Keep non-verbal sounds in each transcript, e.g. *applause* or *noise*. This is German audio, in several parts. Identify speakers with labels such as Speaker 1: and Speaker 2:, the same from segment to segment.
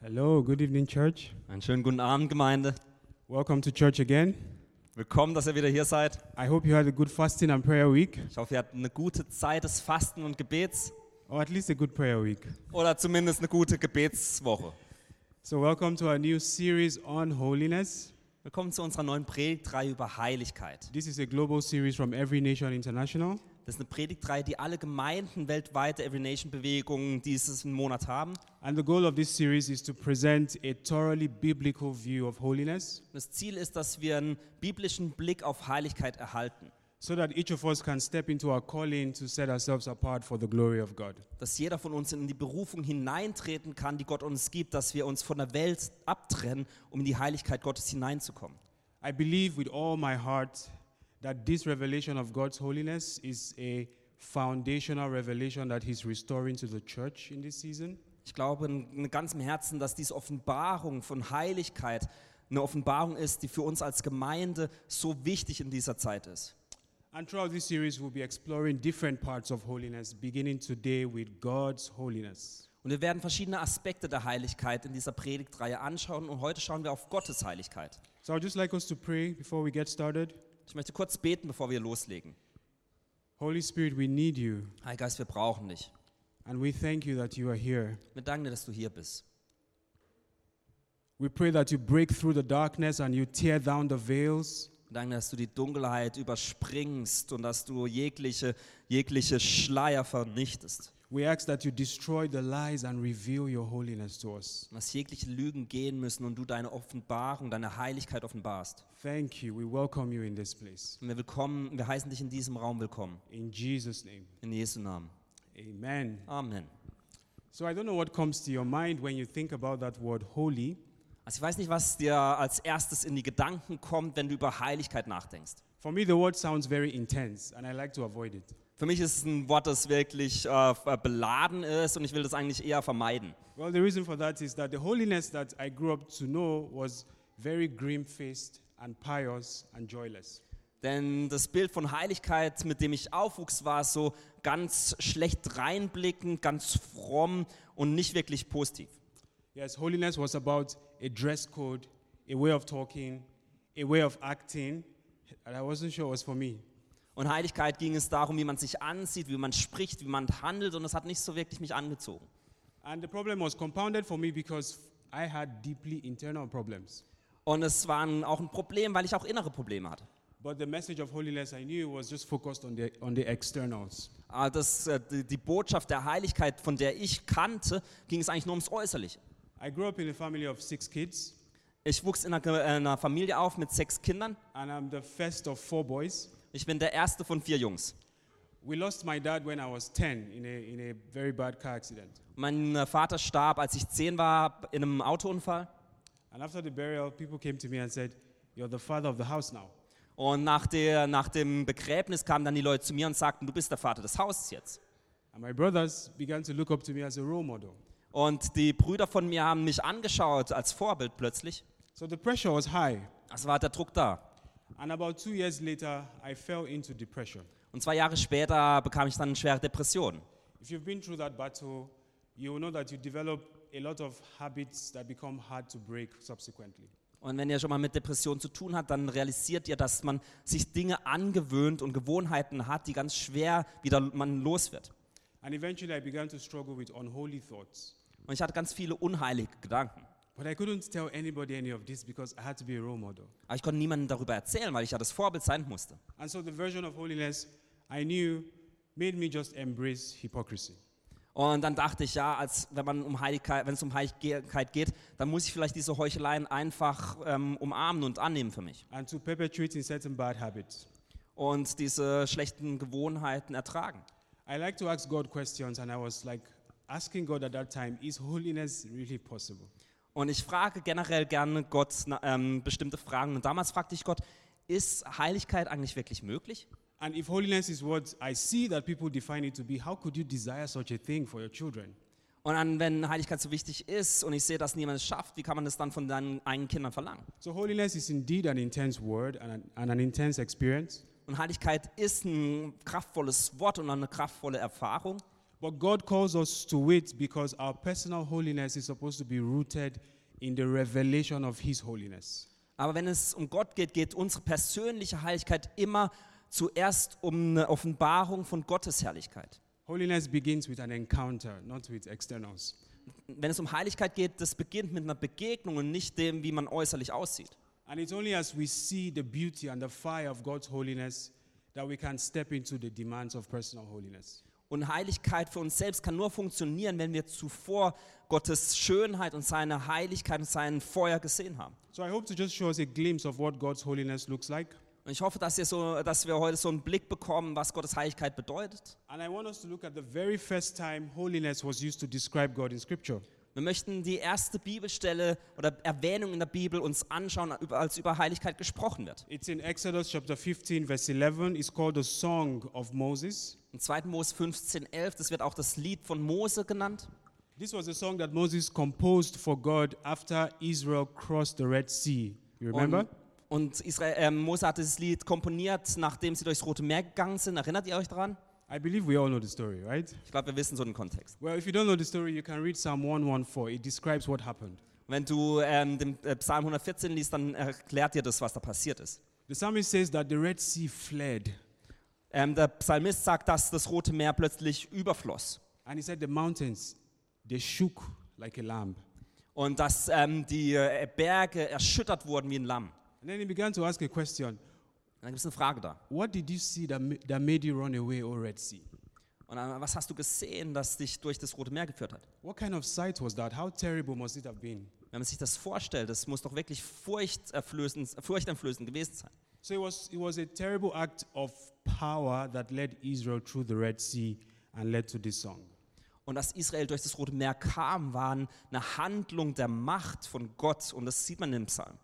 Speaker 1: Hello, good evening, church.
Speaker 2: Einen schönen guten Abend, Gemeinde.
Speaker 1: Welcome to church again.
Speaker 2: Willkommen, dass ihr wieder hier seid.
Speaker 1: I hope you had a good fasting and prayer week,
Speaker 2: Ich hoffe, ihr habt eine gute Zeit des Fasten und Gebets
Speaker 1: or at least a good prayer week.
Speaker 2: oder zumindest eine gute Gebetswoche.
Speaker 1: So, welcome to our new series on holiness.
Speaker 2: Willkommen zu unserer neuen Predigtreihe über Heiligkeit.
Speaker 1: This is a global series from Every Nation International.
Speaker 2: Das ist eine Predigtreihe, die alle Gemeinden weltweit der Every Nation Bewegungen dieses Monat haben.
Speaker 1: And the goal of this series is to present a thoroughly biblical view of holiness
Speaker 2: Das Ziel ist, dass wir einen biblischen Blick auf Heiligkeit erhalten,
Speaker 1: so that each of us can step into our calling to set ourselves apart for the glory of God.
Speaker 2: dass jeder von uns in die Berufung hineintreten kann, die Gott uns gibt, dass wir uns von der Welt abtrennen, um in die Heiligkeit Gottes hineinzukommen.
Speaker 1: I believe with all my heart that this revelation of God's holiness is a foundational revelation that He's restoring to the church in this season.
Speaker 2: Ich glaube in in ganzem Herzen, dass diese Offenbarung von Heiligkeit eine Offenbarung ist, die für uns als Gemeinde so wichtig in dieser Zeit ist.
Speaker 1: And throughout this series, we'll be exploring different parts of holiness, beginning today with God's holiness.
Speaker 2: Und wir werden verschiedene Aspekte der Heiligkeit in dieser Predigtreihe anschauen und heute schauen wir auf Gottes Heiligkeit.
Speaker 1: So I'd just like us to pray before we get started.
Speaker 2: Ich möchte kurz beten, bevor wir loslegen.
Speaker 1: Holy Spirit, we need you,
Speaker 2: Heiliger Geist, wir brauchen dich.
Speaker 1: and we thank you that you are here.
Speaker 2: Wir danken dir, dass du hier bist.
Speaker 1: We pray that you break through the darkness and you tear down the veils.
Speaker 2: Wir danken dir, dass du die Dunkelheit überspringst und dass du jegliche, jegliche Schleier vernichtest.
Speaker 1: We ask that you destroy the lies and reveal your holiness to us.
Speaker 2: Und dass jegliche Lügen gehen müssen und du deine Offenbarung, deine Heiligkeit offenbarst.
Speaker 1: Thank you. We welcome you in this place.
Speaker 2: Und wir, willkommen, wir heißen dich in diesem Raum willkommen.
Speaker 1: In Jesus' name.
Speaker 2: In Jesu Namen.
Speaker 1: Amen.
Speaker 2: Amen.
Speaker 1: So I don't know what comes to your mind when you think about that word holy.
Speaker 2: Also ich weiß nicht, was dir als erstes in die Gedanken kommt, wenn du über Heiligkeit nachdenkst.
Speaker 1: For me, the word sounds very intense, and I like to avoid it.
Speaker 2: Für mich ist es ein Wort, das wirklich äh, beladen ist und ich will das eigentlich eher vermeiden.
Speaker 1: Well, the reason for that is that the holiness that I grew up to know was very grim faced and pious and joyless.
Speaker 2: Denn das Bild von Heiligkeit, mit dem ich aufwuchs, war so ganz schlecht reinblickend, ganz fromm und nicht wirklich positiv.
Speaker 1: Yes, holiness was about a dress code, a way of talking, a way of acting, and I wasn't sure it was for me.
Speaker 2: Und Heiligkeit ging es darum, wie man sich ansieht, wie man spricht, wie man handelt und das hat nicht so wirklich mich angezogen.
Speaker 1: And the problem was compounded for me because I had deeply internal problems.
Speaker 2: Und es war ein, auch ein Problem, weil ich auch innere Probleme hatte.
Speaker 1: But the message of holiness I knew was just focused on the, on the externals.
Speaker 2: Ah, Das, äh, die, die Botschaft der Heiligkeit, von der ich kannte, ging es eigentlich nur ums Äußerliche.
Speaker 1: I grew up in a family of six kids,
Speaker 2: Ich wuchs in einer, Ge- äh, einer Familie auf mit sechs Kindern.
Speaker 1: and I'm the first of four boys.
Speaker 2: Ich bin der erste von vier Jungs.
Speaker 1: We lost my dad when I was 10 in a, in a very bad car accident.
Speaker 2: Mein äh, Vater starb, als ich zehn war, in einem Autounfall.
Speaker 1: And after the burial, people came to me and said, You're the father of the house now.
Speaker 2: Und nach, der, nach dem Begräbnis kamen dann die Leute zu mir und sagten, du bist der Vater des Hauses jetzt.
Speaker 1: And my brothers began to look up to me as a role model.
Speaker 2: Und die Brüder von mir haben mich angeschaut als Vorbild plötzlich.
Speaker 1: So the pressure was high.
Speaker 2: Es war der Druck da.
Speaker 1: And about two years later, I fell into depression.
Speaker 2: Und zwei Jahre später bekam ich dann eine schwere Depression.
Speaker 1: If you've been through that battle, you will know that you develop a lot of habits that become hard to break subsequently.
Speaker 2: Und wenn ihr schon mal mit Depressionen zu tun habt, dann realisiert ihr, dass man sich Dinge angewöhnt und Gewohnheiten hat, die ganz schwer wieder man los wird.
Speaker 1: And eventually, I began to struggle with unholy thoughts.
Speaker 2: Und ich hatte ganz viele unheilige Gedanken.
Speaker 1: But I couldn't tell anybody any of this because I had to be a role model.
Speaker 2: Aber ich konnte niemandem darüber erzählen, weil ich ja das Vorbild sein musste.
Speaker 1: And so the version of holiness I knew made me just embrace hypocrisy.
Speaker 2: Und dann dachte ich, ja, als wenn man um Heiligkeit, wenn es um Heiligkeit geht, dann muss ich vielleicht diese Heucheleien einfach ähm, umarmen und annehmen für mich
Speaker 1: and to perpetuating certain bad habits.
Speaker 2: und diese schlechten Gewohnheiten ertragen.
Speaker 1: I like to ask God questions, and I was like asking God at that time, is holiness really possible?
Speaker 2: Und ich frage generell gerne Gott na- ähm, bestimmte Fragen. Und damals fragte ich Gott, ist Heiligkeit eigentlich wirklich möglich?
Speaker 1: And if holiness is what I see that people define it to be, how could you desire such a thing for your children?
Speaker 2: Und dann, wenn Heiligkeit so wichtig ist und ich sehe, dass niemand es schafft, wie kann man das dann von deinen eigenen Kindern verlangen?
Speaker 1: So, holiness is indeed an intense word and an, and an intense experience,
Speaker 2: Und Heiligkeit ist ein kraftvolles Wort und eine kraftvolle Erfahrung.
Speaker 1: But God calls us to it because our personal holiness is supposed to be rooted in the revelation of His holiness.
Speaker 2: Aber wenn es um Gott geht, geht unsere persönliche Heiligkeit immer zuerst um eine Offenbarung von Gottes Herrlichkeit.
Speaker 1: Holiness begins with an encounter, not with externals.
Speaker 2: Wenn es um Heiligkeit geht, das beginnt mit einer Begegnung und nicht dem, wie man äußerlich aussieht.
Speaker 1: And it's only as we see the beauty and the fire of God's holiness that we can step into the demands of personal holiness.
Speaker 2: Und Heiligkeit für uns selbst kann nur funktionieren, wenn wir zuvor Gottes Schönheit und seine Heiligkeit und sein Feuer gesehen haben.
Speaker 1: So I hope to just show us a glimpse of what God's holiness looks like.
Speaker 2: Und ich hoffe, dass, ihr so, dass wir heute so einen Blick bekommen, was Gottes Heiligkeit bedeutet.
Speaker 1: And I want us to look at the very first time holiness was used to describe God in Scripture.
Speaker 2: Wir möchten die erste Bibelstelle oder Erwähnung in der Bibel uns anschauen, über- als über Heiligkeit gesprochen wird.
Speaker 1: It's in Exodus chapter 15, verse 11. It's called the Song of Moses.
Speaker 2: In 2. Mose 15, 11, das wird auch das Lied von Mose genannt.
Speaker 1: This was a song that Moses composed for God after Israel crossed the Red Sea. You remember?
Speaker 2: Und, und Israel, ähm, Mose hat dieses Lied komponiert, nachdem sie durchs Rote Meer gegangen sind. Erinnert ihr euch daran?
Speaker 1: I believe we all know the story, right?
Speaker 2: Ich glaube, wir wissen so den Kontext.
Speaker 1: Well, if you don't know the story, you can read Psalm 114. It describes what happened.
Speaker 2: Wenn du ähm, den äh, Psalm 114 liest, dann erklärt dir das, was da passiert ist.
Speaker 1: The psalmist says that the Red Sea fled,
Speaker 2: Ähm, der Psalmist sagt, dass das Rote Meer plötzlich überfloss
Speaker 1: and he said the mountains, they shook like a lamb.
Speaker 2: und dass ähm, die äh, Berge erschüttert wurden wie ein Lamm. Und
Speaker 1: And then he began to ask a question
Speaker 2: dann gibt es eine Frage da.
Speaker 1: What did you see that, ma- that made you run away, O Red Sea?
Speaker 2: Und dann, was hast du gesehen, das dich durch das Rote Meer geführt hat?
Speaker 1: What kind of sight was that? How terrible must it have been?
Speaker 2: Wenn man sich das vorstellt, das muss doch wirklich furchteinflößend, furchteinflößend gewesen sein.
Speaker 1: So it was, it was a terrible act of power that led Israel through the Red Sea and led to this song.
Speaker 2: Und dass Israel durch das Rote Meer kam, war eine Handlung der Macht von Gott. Und das sieht man im Psalm.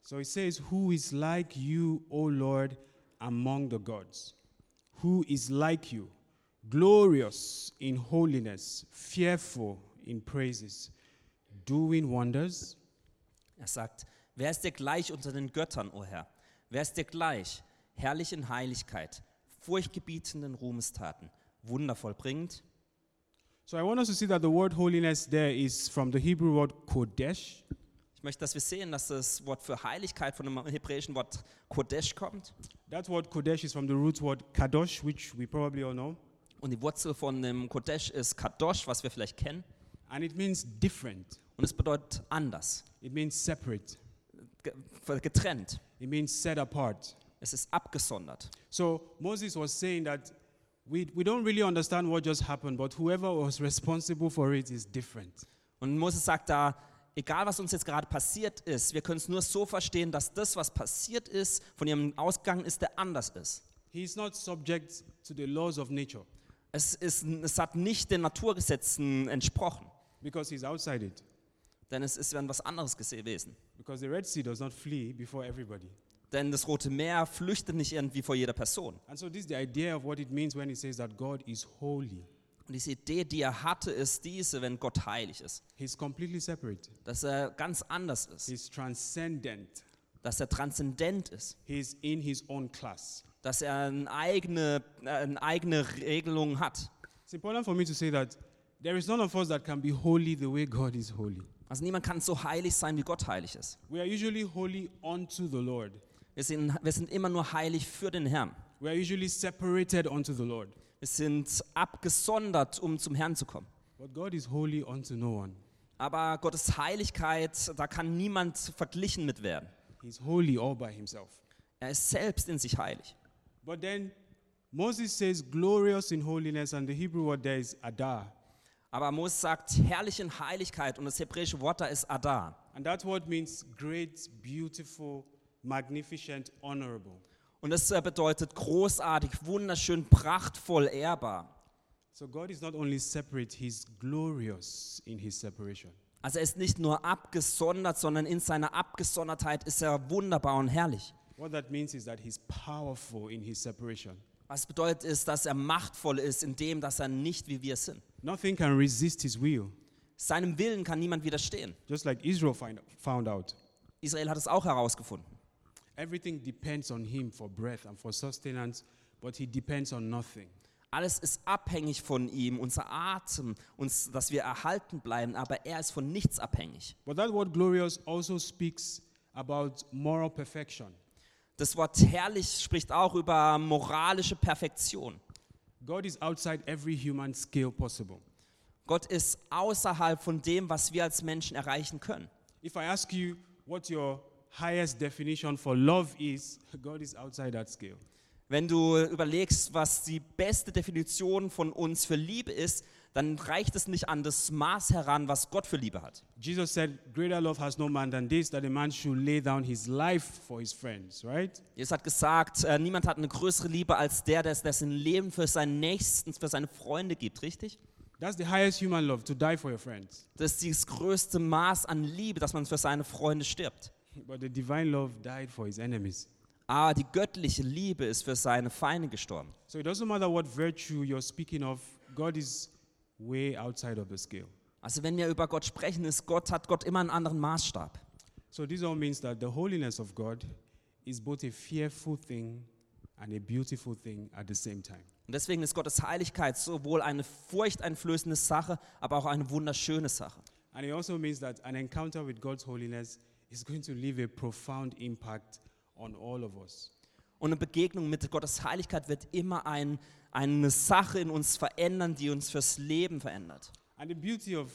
Speaker 1: So he says, Who is like you, O Lord, among the gods? Who is like you, glorious in holiness, fearful in praises, doing wonders?
Speaker 2: Er sagt, wer ist dir gleich unter den Göttern, o Herr? Wer ist dir gleich, herrlich in Heiligkeit, furchtgebietenden Ruhmestaten, wundervoll bringend?
Speaker 1: So I want us to see that the word holiness there is from the Hebrew word kodesh,
Speaker 2: Ich möchte, dass wir sehen, dass das Wort für Heiligkeit von dem hebräischen Wort Kodesh kommt.
Speaker 1: That word Kodesh is from the root word kadosh, which we probably all know,
Speaker 2: Und die Wurzel von dem Kodesh ist Kadosh, was wir vielleicht kennen.
Speaker 1: and it means different.
Speaker 2: Und es bedeutet anders,
Speaker 1: It means separate.
Speaker 2: ge- getrennt.
Speaker 1: It means set apart.
Speaker 2: Es ist abgesondert.
Speaker 1: So Moses was saying that we, we don't really understand what just happened, but whoever was *laughs* responsible for it is different.
Speaker 2: Und Moses sagt da, egal was uns jetzt gerade passiert ist, wir können es nur so verstehen, dass das, was passiert ist, von ihrem Ausgang ist, der anders ist.
Speaker 1: He is not subject to the laws of nature
Speaker 2: Es, ist, es hat nicht den Naturgesetzen entsprochen,
Speaker 1: because he's outside it.
Speaker 2: denn es ist dann was anderes gese- gewesen.
Speaker 1: Because the Red Sea does not flee before everybody.
Speaker 2: Denn das Rote Meer flüchtet nicht irgendwie vor jeder Person.
Speaker 1: And so this is the idea of what it means when he says that God is holy.
Speaker 2: Und diese Idee, die er hatte, ist diese, wenn Gott heilig ist,
Speaker 1: He's completely separate.
Speaker 2: dass er ganz anders ist,
Speaker 1: He's transcendent.
Speaker 2: dass er transzendent ist,
Speaker 1: He's in his own class.
Speaker 2: dass er eine eigene, äh, eine eigene Regelung hat.
Speaker 1: It's important for me to say that there is none of us that can be holy the way God is holy.
Speaker 2: Also niemand kann so heilig sein, wie Gott heilig ist.
Speaker 1: We are usually holy unto the Lord.
Speaker 2: Wir sind, wir sind immer nur heilig für den Herrn.
Speaker 1: We are usually separated unto the Lord.
Speaker 2: Wir sind abgesondert, um zum Herrn zu kommen.
Speaker 1: But God is holy unto no one.
Speaker 2: Aber Gottes Heiligkeit, da kann niemand verglichen mit werden.
Speaker 1: He's holy all by himself.
Speaker 2: Er ist selbst in sich heilig.
Speaker 1: But then Moses says, glorious in holiness, and the Hebrew word there is Adah.
Speaker 2: Aber Moses sagt, herrlich in Heiligkeit und das hebräische Wort da ist Adar.
Speaker 1: And that word means great, beautiful, magnificent, honorable.
Speaker 2: Und das äh, bedeutet großartig, wunderschön, prachtvoll, ehrbar.
Speaker 1: So God is not only separate, he's glorious in his separation.
Speaker 2: Also er ist nicht nur abgesondert, sondern in seiner Abgesondertheit ist er wunderbar und herrlich.
Speaker 1: What that means is that he's powerful in his separation.
Speaker 2: Was bedeutet ist, dass er machtvoll ist, in dem, dass er nicht wie wir sind.
Speaker 1: Nothing can resist his will,
Speaker 2: Seinem Willen kann niemand widerstehen.
Speaker 1: just like Israel find, found out.
Speaker 2: Israel hat es auch herausgefunden.
Speaker 1: Everything depends on him for breath and for sustenance, but he depends on nothing.
Speaker 2: Alles ist abhängig von ihm, unser Atem, uns, dass wir erhalten bleiben, aber er ist von nichts abhängig.
Speaker 1: But that word glorious also speaks about moral perfection.
Speaker 2: Das Wort herrlich spricht auch über moralische Perfektion.
Speaker 1: God is outside every human scale possible.
Speaker 2: Gott ist außerhalb von dem, was wir als Menschen erreichen können.
Speaker 1: If I ask you what your highest definition for love is, *laughs* God is outside that scale.
Speaker 2: Wenn du überlegst, was die beste Definition von uns für Liebe ist, dann reicht es nicht an das Maß heran, was Gott für Liebe hat.
Speaker 1: Jesus said, Greater love has no man than this, that a man should lay down his life for his friends, right?
Speaker 2: Jesus hat gesagt, äh, niemand hat eine größere Liebe als der, der dessen Leben für seinen Nächsten, für seine Freunde gibt, richtig?
Speaker 1: That's the highest human love, to die for your friends.
Speaker 2: Das ist das größte Maß an Liebe, dass man für seine Freunde stirbt.
Speaker 1: But the divine love died for his enemies.
Speaker 2: Aber Ah, die göttliche Liebe ist für seine Feinde gestorben.
Speaker 1: So it doesn't matter what virtue you're speaking of, God is way outside of the scale.
Speaker 2: Also wenn wir über Gott sprechen, ist Gott, hat Gott immer einen anderen Maßstab.
Speaker 1: So this all means that the holiness of God is both a fearful thing and a beautiful thing at the same time.
Speaker 2: Und deswegen ist Gottes Heiligkeit sowohl eine furchteinflößende Sache, aber auch eine wunderschöne Sache.
Speaker 1: And it also means that an encounter with God's holiness is going to leave a profound impact on all of us.
Speaker 2: Und eine Begegnung mit Gottes Heiligkeit wird immer ein, eine Sache in uns verändern, die uns fürs Leben verändert.
Speaker 1: And the beauty of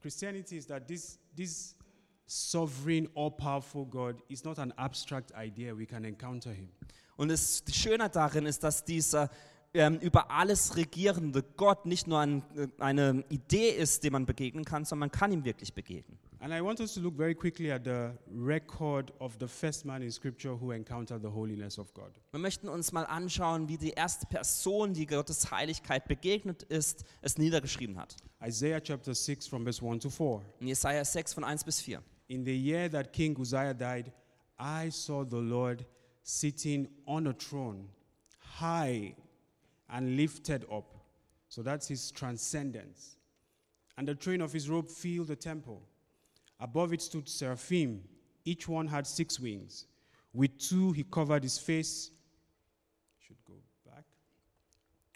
Speaker 1: Christianity is that this, this sovereign, all powerful God is not an abstract idea. We can encounter him.
Speaker 2: Und es, die Schönheit darin ist, dass dieser ähm, über alles regierende Gott nicht nur ein, äh, eine Idee ist, dem man begegnen kann, sondern man kann ihm wirklich begegnen.
Speaker 1: And I want us to look very quickly at the record of the first man in Scripture who encountered the holiness of God.
Speaker 2: Wir möchten uns mal anschauen, wie die erste Person, die Gottes Heiligkeit begegnet ist, es niedergeschrieben hat.
Speaker 1: Isaiah chapter 6, from verse 1 to 4.
Speaker 2: In Jesaja 6 von 1 bis 4.
Speaker 1: In the year that King Uzziah died, I saw the Lord sitting on a throne, high and lifted up. So that's his transcendence. And the train of his robe filled the temple. Above it stood seraphim, each one had six wings. With two he covered his face. Should go back.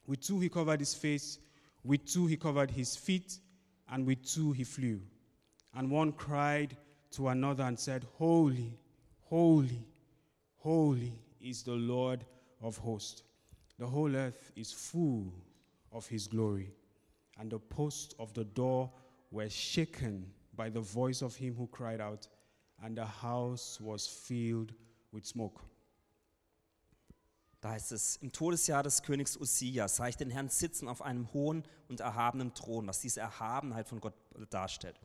Speaker 1: With two he covered his face, with two he covered his feet, and with two he flew. And one cried to another and said, Holy, holy, holy is the Lord of hosts. The whole earth is full of his glory. And the posts of the door were shaken by the voice of him who cried out, and the house was filled with smoke.
Speaker 2: Da heißt es, im Todesjahr des Königs Ussias sah ich den Herrn sitzen auf einem hohen und erhabenen Thron, was diese Erhabenheit von Gott darstellt.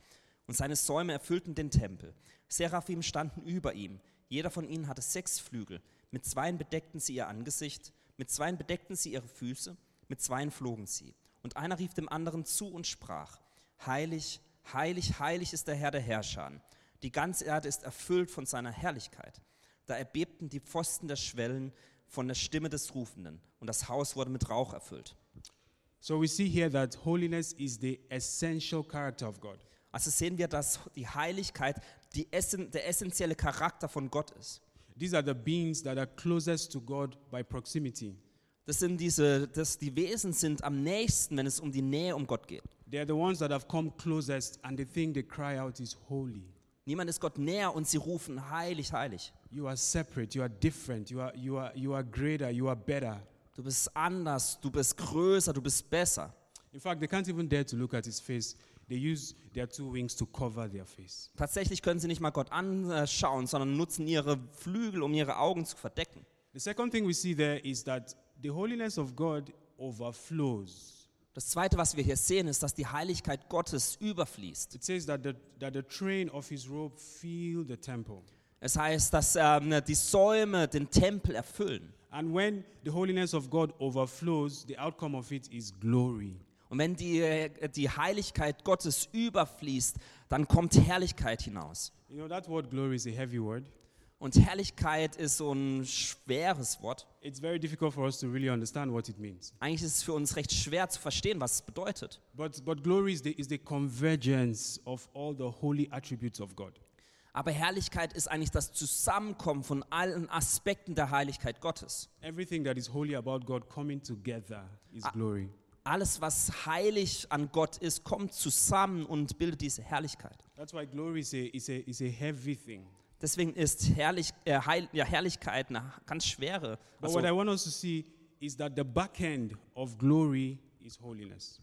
Speaker 2: Und seine Säume erfüllten den Tempel. Seraphim standen über ihm. Jeder von ihnen hatte sechs Flügel. Mit zweien bedeckten sie ihr Angesicht, mit zweien bedeckten sie ihre Füße, mit zweien flogen sie. Und einer rief dem anderen zu und sprach, Heilig, heilig, heilig ist der Herr der Herrscher. Die ganze Erde ist erfüllt von seiner Herrlichkeit. Da erbebten die Pfosten der Schwellen von der Stimme des Rufenden und das Haus wurde mit Rauch erfüllt.
Speaker 1: So we see here that holiness is the essential character of God.
Speaker 2: Also sehen wir, dass die Heiligkeit die Essen, der essentielle Charakter von Gott ist.
Speaker 1: These are the beings that are closest to God by proximity.
Speaker 2: Das sind diese, dass die Wesen sind am nächsten, wenn es um die Nähe um Gott geht.
Speaker 1: They are the ones that have come closest, and the thing they cry out is holy.
Speaker 2: Niemand ist Gott näher und sie rufen heilig, heilig.
Speaker 1: You are separate, you are different, you are, you are, you are greater, you are better.
Speaker 2: Du bist anders, du bist größer, du bist besser.
Speaker 1: In fact, they can't even dare to look at his face. They use their two wings to cover their face.
Speaker 2: Tatsächlich können sie nicht mal Gott anschauen, sondern nutzen ihre Flügel, um ihre Augen zu verdecken.
Speaker 1: The second thing we see there is that the holiness of God overflows.
Speaker 2: Das Zweite, was wir hier sehen, ist, dass die Heiligkeit Gottes überfließt.
Speaker 1: It says that the, that the train of his robe filled the temple.
Speaker 2: Es heißt, dass ähm, die Säume den Tempel erfüllen.
Speaker 1: And when the holiness of God overflows, the outcome of it is glory.
Speaker 2: Und wenn die, äh, die Heiligkeit Gottes überfließt, dann kommt Herrlichkeit hinaus.
Speaker 1: You know, that word glory is a heavy word.
Speaker 2: Und Herrlichkeit ist so ein schweres Wort.
Speaker 1: It's very difficult for us to really understand what it means.
Speaker 2: Eigentlich ist es für uns recht schwer zu verstehen, was es bedeutet.
Speaker 1: But, but glory is the, is the convergence of all the holy attributes of God.
Speaker 2: Aber Herrlichkeit ist eigentlich das Zusammenkommen von allen Aspekten der Heiligkeit Gottes.
Speaker 1: Everything that is holy about God coming together is glory.
Speaker 2: Alles, was heilig an Gott ist, kommt zusammen und bildet diese Herrlichkeit.
Speaker 1: That's why glory is a, is a, is a heavy thing.
Speaker 2: Deswegen ist Herrlich, äh, Heil, ja, Herrlichkeit eine ganz schwere.
Speaker 1: But
Speaker 2: Also,
Speaker 1: what I want us to see is that the back end of glory is holiness.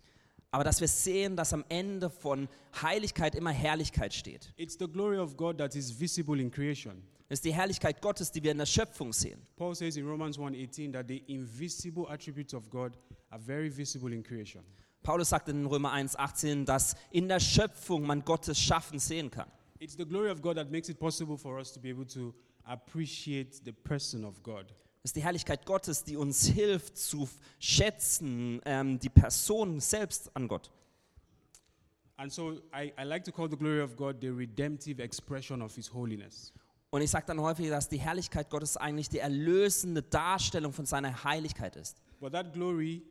Speaker 2: aber dass wir sehen, dass am Ende von Heiligkeit immer Herrlichkeit steht.
Speaker 1: It's the glory of God that is visible in creation.
Speaker 2: Es ist die Herrlichkeit Gottes, die wir in der Schöpfung sehen.
Speaker 1: Paul says in Romans 1:18 that the invisible attributes of God are very visible in creation.
Speaker 2: Paulus sagt in Römer 1,18, dass in der Schöpfung man Gottes Schaffen sehen kann.
Speaker 1: It's the glory of God that makes it possible for us to be able to appreciate the person of God.
Speaker 2: Es ist die Herrlichkeit Gottes, die uns hilft zu schätzen, ähm, die Person selbst an Gott.
Speaker 1: And so I, I like to call the glory of God the redemptive expression of his holiness.
Speaker 2: Und ich sage dann häufig, dass die Herrlichkeit Gottes eigentlich die erlösende Darstellung von seiner Heiligkeit ist.
Speaker 1: But that glory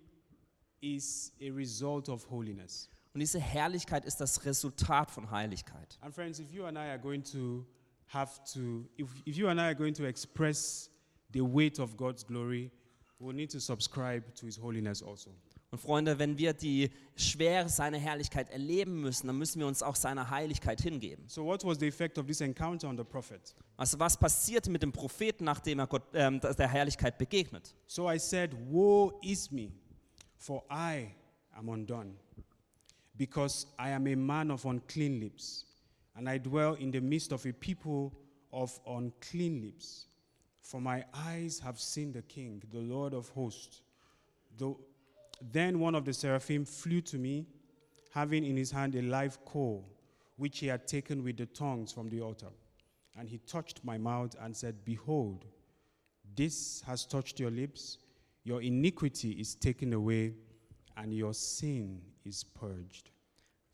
Speaker 1: is a result of holiness.
Speaker 2: Und diese Herrlichkeit ist das Resultat von Heiligkeit.
Speaker 1: And friends, if you and I are going to have to, if, if you and I are going to express the weight of God's glory, we'll need to subscribe to His holiness also.
Speaker 2: Und Freunde, wenn wir die Schwere seiner Herrlichkeit erleben müssen, dann müssen wir uns auch seiner Heiligkeit hingeben.
Speaker 1: So, what was the effect of this encounter on the prophet?
Speaker 2: Also was passierte mit dem Propheten, nachdem er Gott, ähm, der Herrlichkeit begegnet?
Speaker 1: So I said, Woe is me, for I am undone, because I am a man of unclean lips, and I dwell in the midst of a people of unclean lips. For my eyes have seen the King, the Lord of hosts. The, then one of the seraphim flew to me, having in his hand a live coal, which he had taken with the tongs from the altar. And he touched my mouth and said, Behold, this has touched your lips. Your iniquity is taken away, and your sin is purged.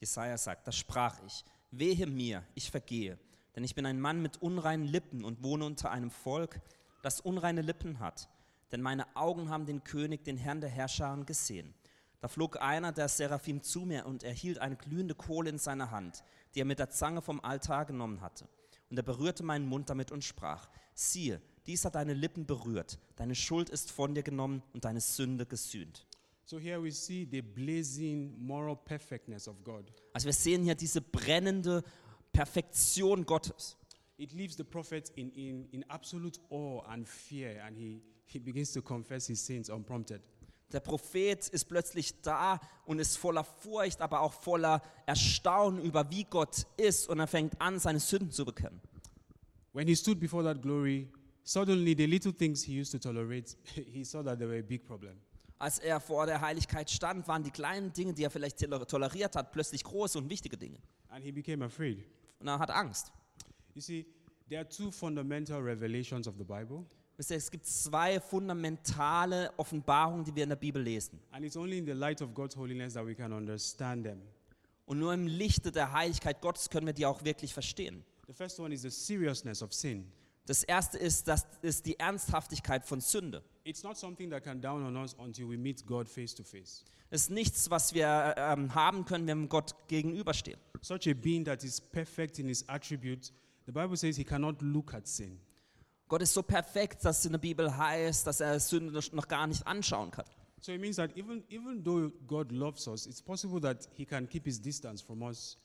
Speaker 2: Jesaja sagt, da sprach ich, wehe mir, ich vergehe, denn ich bin ein Mann mit unreinen Lippen und wohne unter einem Volk, das unreine Lippen hat. Denn meine Augen haben den König, den Herrn der Herrscharen gesehen. Da flog einer der Seraphim zu mir und erhielt eine glühende Kohle in seiner Hand, die er mit der Zange vom Altar genommen hatte. Und er berührte meinen Mund damit und sprach, siehe, dies hat deine Lippen berührt, deine Schuld ist von dir genommen und deine Sünde gesühnt.
Speaker 1: So here we see the blazing moral perfectness of God.
Speaker 2: Also wir sehen hier diese brennende Perfektion Gottes.
Speaker 1: It leaves the prophet in, in, in absolute awe and fear, and he, he begins to confess his sins unprompted.
Speaker 2: Der Prophet ist plötzlich da und ist voller Furcht, aber auch voller Erstaunen über wie Gott ist und er fängt an, seine Sünden zu bekennen.
Speaker 1: When he stood before that glory, suddenly the little things he used to tolerate, *laughs* he saw that they were a big problem.
Speaker 2: Als er vor der Heiligkeit stand, waren die kleinen Dinge, die er vielleicht tol- toleriert hat, plötzlich große und wichtige Dinge.
Speaker 1: And he became afraid.
Speaker 2: Und er hat Angst.
Speaker 1: You see, there are two fundamental revelations of the Bible.
Speaker 2: Wisst ihr, Es gibt zwei fundamentale Offenbarungen, die wir in der Bibel lesen.
Speaker 1: And it's only in the light of God's holiness that we can understand them.
Speaker 2: Und nur im Lichte der Heiligkeit Gottes können wir die auch wirklich verstehen.
Speaker 1: The first one is the seriousness of sin.
Speaker 2: Das erste ist, das ist die Ernsthaftigkeit von Sünde.
Speaker 1: It's not something that can down on us until we meet God face to face.
Speaker 2: Es ist nichts, was wir ähm, haben können, wenn wir Gott gegenüberstehen.
Speaker 1: Such a being that is perfect in his attributes, the Bible says he cannot look at sin.
Speaker 2: Gott ist so perfekt, dass es in der Bibel heißt, dass er Sünde noch gar nicht anschauen kann.
Speaker 1: So it means that even, even though God loves us, it's possible that he can keep his distance from us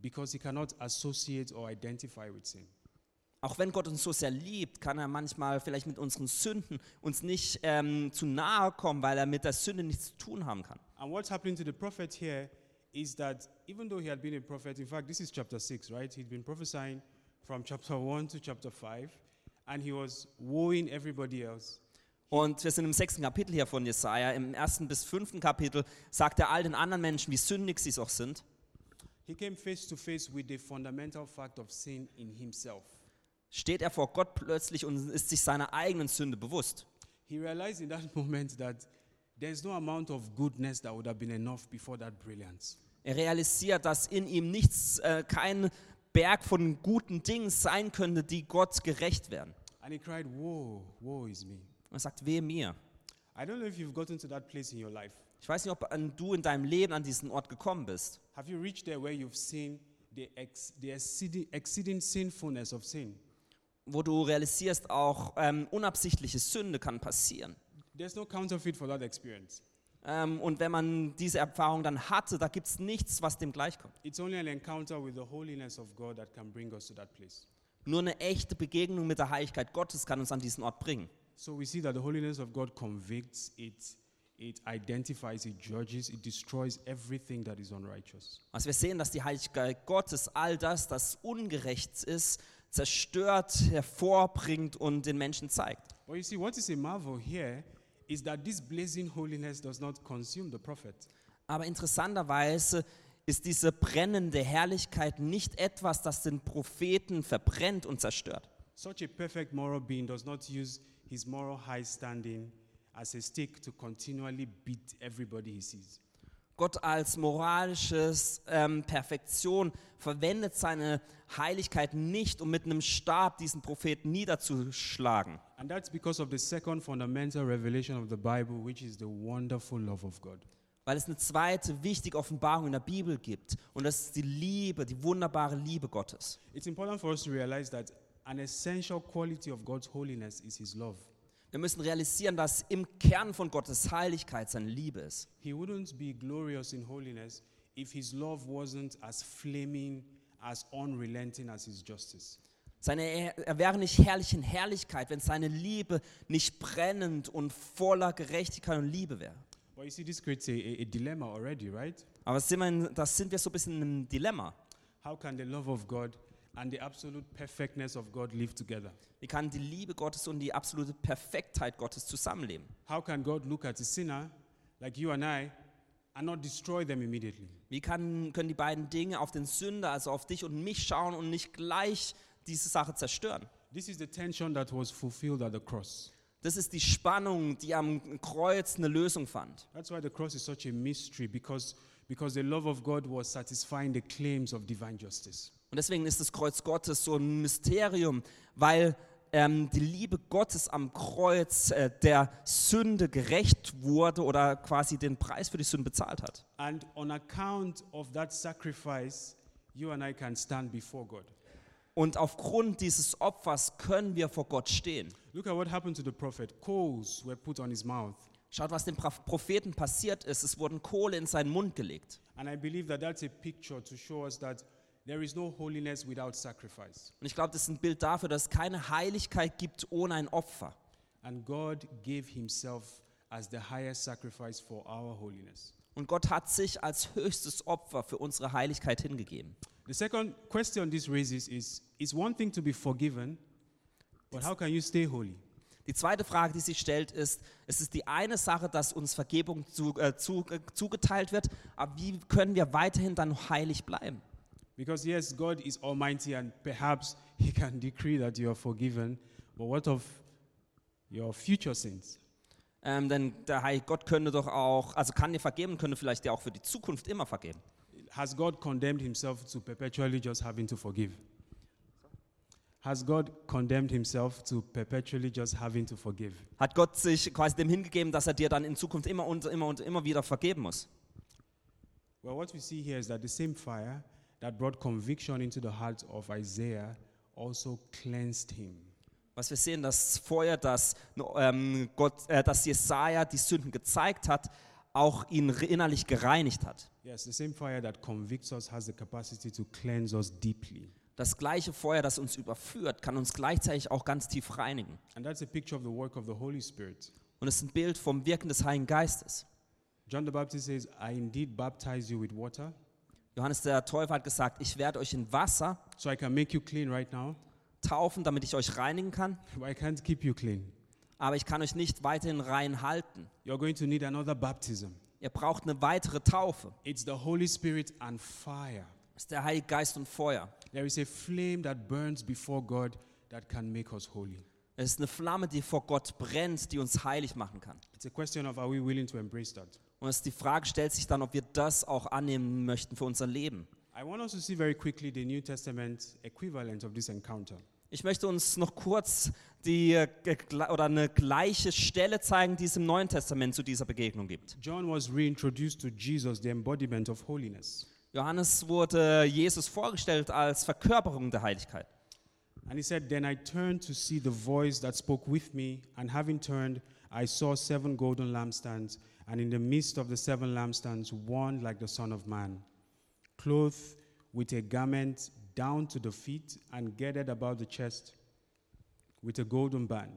Speaker 1: because he cannot associate or identify with sin.
Speaker 2: Auch wenn Gott uns so sehr liebt, kann er manchmal vielleicht mit unseren Sünden uns nicht ähm, zu nahe kommen, weil er mit der Sünde nichts zu tun haben kann.
Speaker 1: And what's happening to the prophet here is that even though he had been a prophet, in fact, this is chapter 6, right? He'd been prophesying from chapter 1 to chapter 5, and he was wooing everybody else.
Speaker 2: Und wir sind im sechsten Kapitel hier von Jesaja. Im ersten bis fünften Kapitel sagt er all den anderen Menschen, wie sündig sie auch sind.
Speaker 1: He came face to face with the fundamental fact of sin in himself.
Speaker 2: Steht er vor Gott plötzlich und ist sich seiner eigenen Sünde bewusst.
Speaker 1: He realized in that *laughs* moment that there's no amount of goodness that would have been enough before that brilliance.
Speaker 2: Er realisiert, dass in ihm nichts, äh, kein Berg von guten Dingen sein könnte, die Gott gerecht werden.
Speaker 1: And he cried, Woe, woe is me.
Speaker 2: Und er sagt, wehe mir.
Speaker 1: I don't know if you've gotten to that place in your life.
Speaker 2: Ich weiß nicht, ob an- du in deinem Leben an diesen Ort gekommen bist.
Speaker 1: Have you reached there where you've seen the, ex, the exceeding, exceeding sinfulness of sin.
Speaker 2: wo du realisierst, auch ähm, unabsichtliche Sünde kann passieren.
Speaker 1: There's no counterfeit for that experience.
Speaker 2: Ähm, und wenn man diese Erfahrung dann hatte, da gibt es nichts, was dem gleichkommt.
Speaker 1: It's only an encounter with the holiness of God that can bring us to that place.
Speaker 2: Nur eine echte Begegnung mit der Heiligkeit Gottes kann uns an diesen Ort bringen.
Speaker 1: So we see that the holiness of God convicts, it, it identifies, it judges, it destroys everything that is unrighteous.
Speaker 2: Also wir sehen, dass die Heiligkeit Gottes all das, das ungerecht ist, zerstört, hervorbringt und den Menschen zeigt.
Speaker 1: But you see, what is a marvel here is that this blazing holiness does not consume the prophet.
Speaker 2: Aber interessanterweise ist diese brennende Herrlichkeit nicht etwas, das den Propheten verbrennt und zerstört.
Speaker 1: Such a perfect moral being does not use his moral high standing as a stick to continually beat everybody he sees.
Speaker 2: Gott als moralisches ähm, Perfektion verwendet seine Heiligkeit nicht, um mit einem Stab diesen Propheten niederzuschlagen.
Speaker 1: And that's because of the second fundamental revelation of the Bible, which is the wonderful love of God.
Speaker 2: Weil es eine zweite wichtige Offenbarung in der Bibel gibt. Und das ist die Liebe, die wunderbare Liebe Gottes.
Speaker 1: It's important for us to realize that an essential quality of God's holiness is his love.
Speaker 2: Wir müssen realisieren, dass im Kern von Gottes Heiligkeit seine Liebe ist.
Speaker 1: He wouldn't be glorious in holiness if his love wasn't as flaming, as unrelenting as his justice.
Speaker 2: Seine, er wäre nicht herrlich in Herrlichkeit, wenn seine Liebe nicht brennend und voller Gerechtigkeit und Liebe wäre.
Speaker 1: But you see, this creates a, a- a dilemma already, right?
Speaker 2: Aber das sind, wir in, das sind wir so ein bisschen in einem Dilemma.
Speaker 1: How can the love of God and the absolute perfectness of God live together?
Speaker 2: Wie kann die Liebe Gottes und die absolute Perfektheit Gottes zusammenleben?
Speaker 1: How can God look at a sinner like you and I and not destroy them immediately?
Speaker 2: Wie kann, können die beiden Dinge auf den Sünder, also auf dich und mich schauen und nicht gleich diese Sache zerstören?
Speaker 1: This is the tension that was fulfilled at the cross.
Speaker 2: Das ist die Spannung, die am Kreuz eine Lösung fand.
Speaker 1: That's why the cross is such a mystery because, because the love of God was satisfying the claims of divine justice.
Speaker 2: Und deswegen ist das Kreuz Gottes so ein Mysterium, weil ähm, die Liebe Gottes am Kreuz äh, der Sünde gerecht wurde oder quasi den Preis für die Sünde bezahlt hat.
Speaker 1: And on account of that sacrifice, you and I can stand before God.
Speaker 2: Und aufgrund dieses Opfers können wir vor Gott stehen.
Speaker 1: Look at what happened to the prophet. Coals were put on his mouth.
Speaker 2: Schaut, was dem Pra- Propheten passiert ist. Es wurden Kohle in seinen Mund gelegt.
Speaker 1: And I believe that that's a picture to show us that there is no holiness without sacrifice.
Speaker 2: Und ich glaube, das ist ein Bild dafür, dass es keine Heiligkeit gibt ohne ein Opfer.
Speaker 1: And God gave himself as the highest sacrifice for our holiness.
Speaker 2: Und Gott hat sich als höchstes Opfer für unsere Heiligkeit hingegeben.
Speaker 1: The second question this raises is it's one thing to be forgiven, but how can you stay holy?
Speaker 2: Die zweite Frage, die sich stellt, ist, es ist die eine Sache, dass uns Vergebung zu, äh, zu, äh, zugeteilt wird, aber wie können wir weiterhin dann heilig bleiben?
Speaker 1: Because yes, God is almighty and perhaps *laughs* he can decree that you are forgiven, but what of your future sins?
Speaker 2: Ähm, denn der Heilige Gott könnte doch auch, also kann dir vergeben, könnte vielleicht dir auch für die Zukunft immer vergeben.
Speaker 1: Has God condemned himself to perpetually just having to forgive? Has God condemned himself to perpetually just having to forgive?
Speaker 2: Hat Gott sich quasi dem hingegeben, dass er dir dann in Zukunft immer und immer und immer wieder vergeben muss?
Speaker 1: Well, what we see here is that the same fire that brought conviction into the heart of Isaiah also cleansed him.
Speaker 2: Was wir sehen, das Feuer, das ähm, Gott, äh, dass Jesaja die Sünden gezeigt hat, auch ihn innerlich gereinigt hat.
Speaker 1: Yes, the same fire that convicts us has the capacity to cleanse us deeply.
Speaker 2: Das gleiche Feuer, das uns überführt, kann uns gleichzeitig auch ganz tief reinigen.
Speaker 1: And that's a picture of the work of the Holy Spirit.
Speaker 2: Und es ist ein Bild vom Wirken des Heiligen Geistes.
Speaker 1: John the Baptist says, I indeed baptize you with water,
Speaker 2: Johannes der Täufer hat gesagt, ich werde euch in Wasser
Speaker 1: so I can make you clean right now, *laughs*
Speaker 2: taufen, damit ich euch reinigen kann,
Speaker 1: but I can't keep you clean.
Speaker 2: aber ich kann euch nicht weiterhin rein halten.
Speaker 1: You're going to need another baptism.
Speaker 2: Ihr braucht eine weitere Taufe.
Speaker 1: It's the Holy Spirit and fire.
Speaker 2: Das ist der Heilige Geist und Feuer.
Speaker 1: There is a flame that burns before God that can make us holy.
Speaker 2: Es ist eine Flamme, die vor Gott brennt, die uns heilig machen kann.
Speaker 1: It's a question of are we willing to embrace that?
Speaker 2: Und es die Frage stellt sich dann, ob wir das auch annehmen möchten für unser Leben.
Speaker 1: I want us to see very quickly the New Testament equivalent of this encounter.
Speaker 2: Ich möchte uns noch kurz die äh, ge- oder eine gleiche Stelle zeigen, die es im Neuen Testament zu dieser Begegnung gibt.
Speaker 1: John was reintroduced to Jesus, the embodiment of holiness.
Speaker 2: Johannes wurde Jesus vorgestellt als Verkörperung der Heiligkeit.
Speaker 1: And he said, Then I turned to see the voice that spoke with me, and having turned, I saw seven golden lampstands, and in the midst of the seven lampstands, one like the Son of Man, clothed with a garment down to the feet and girded about the chest with a golden band.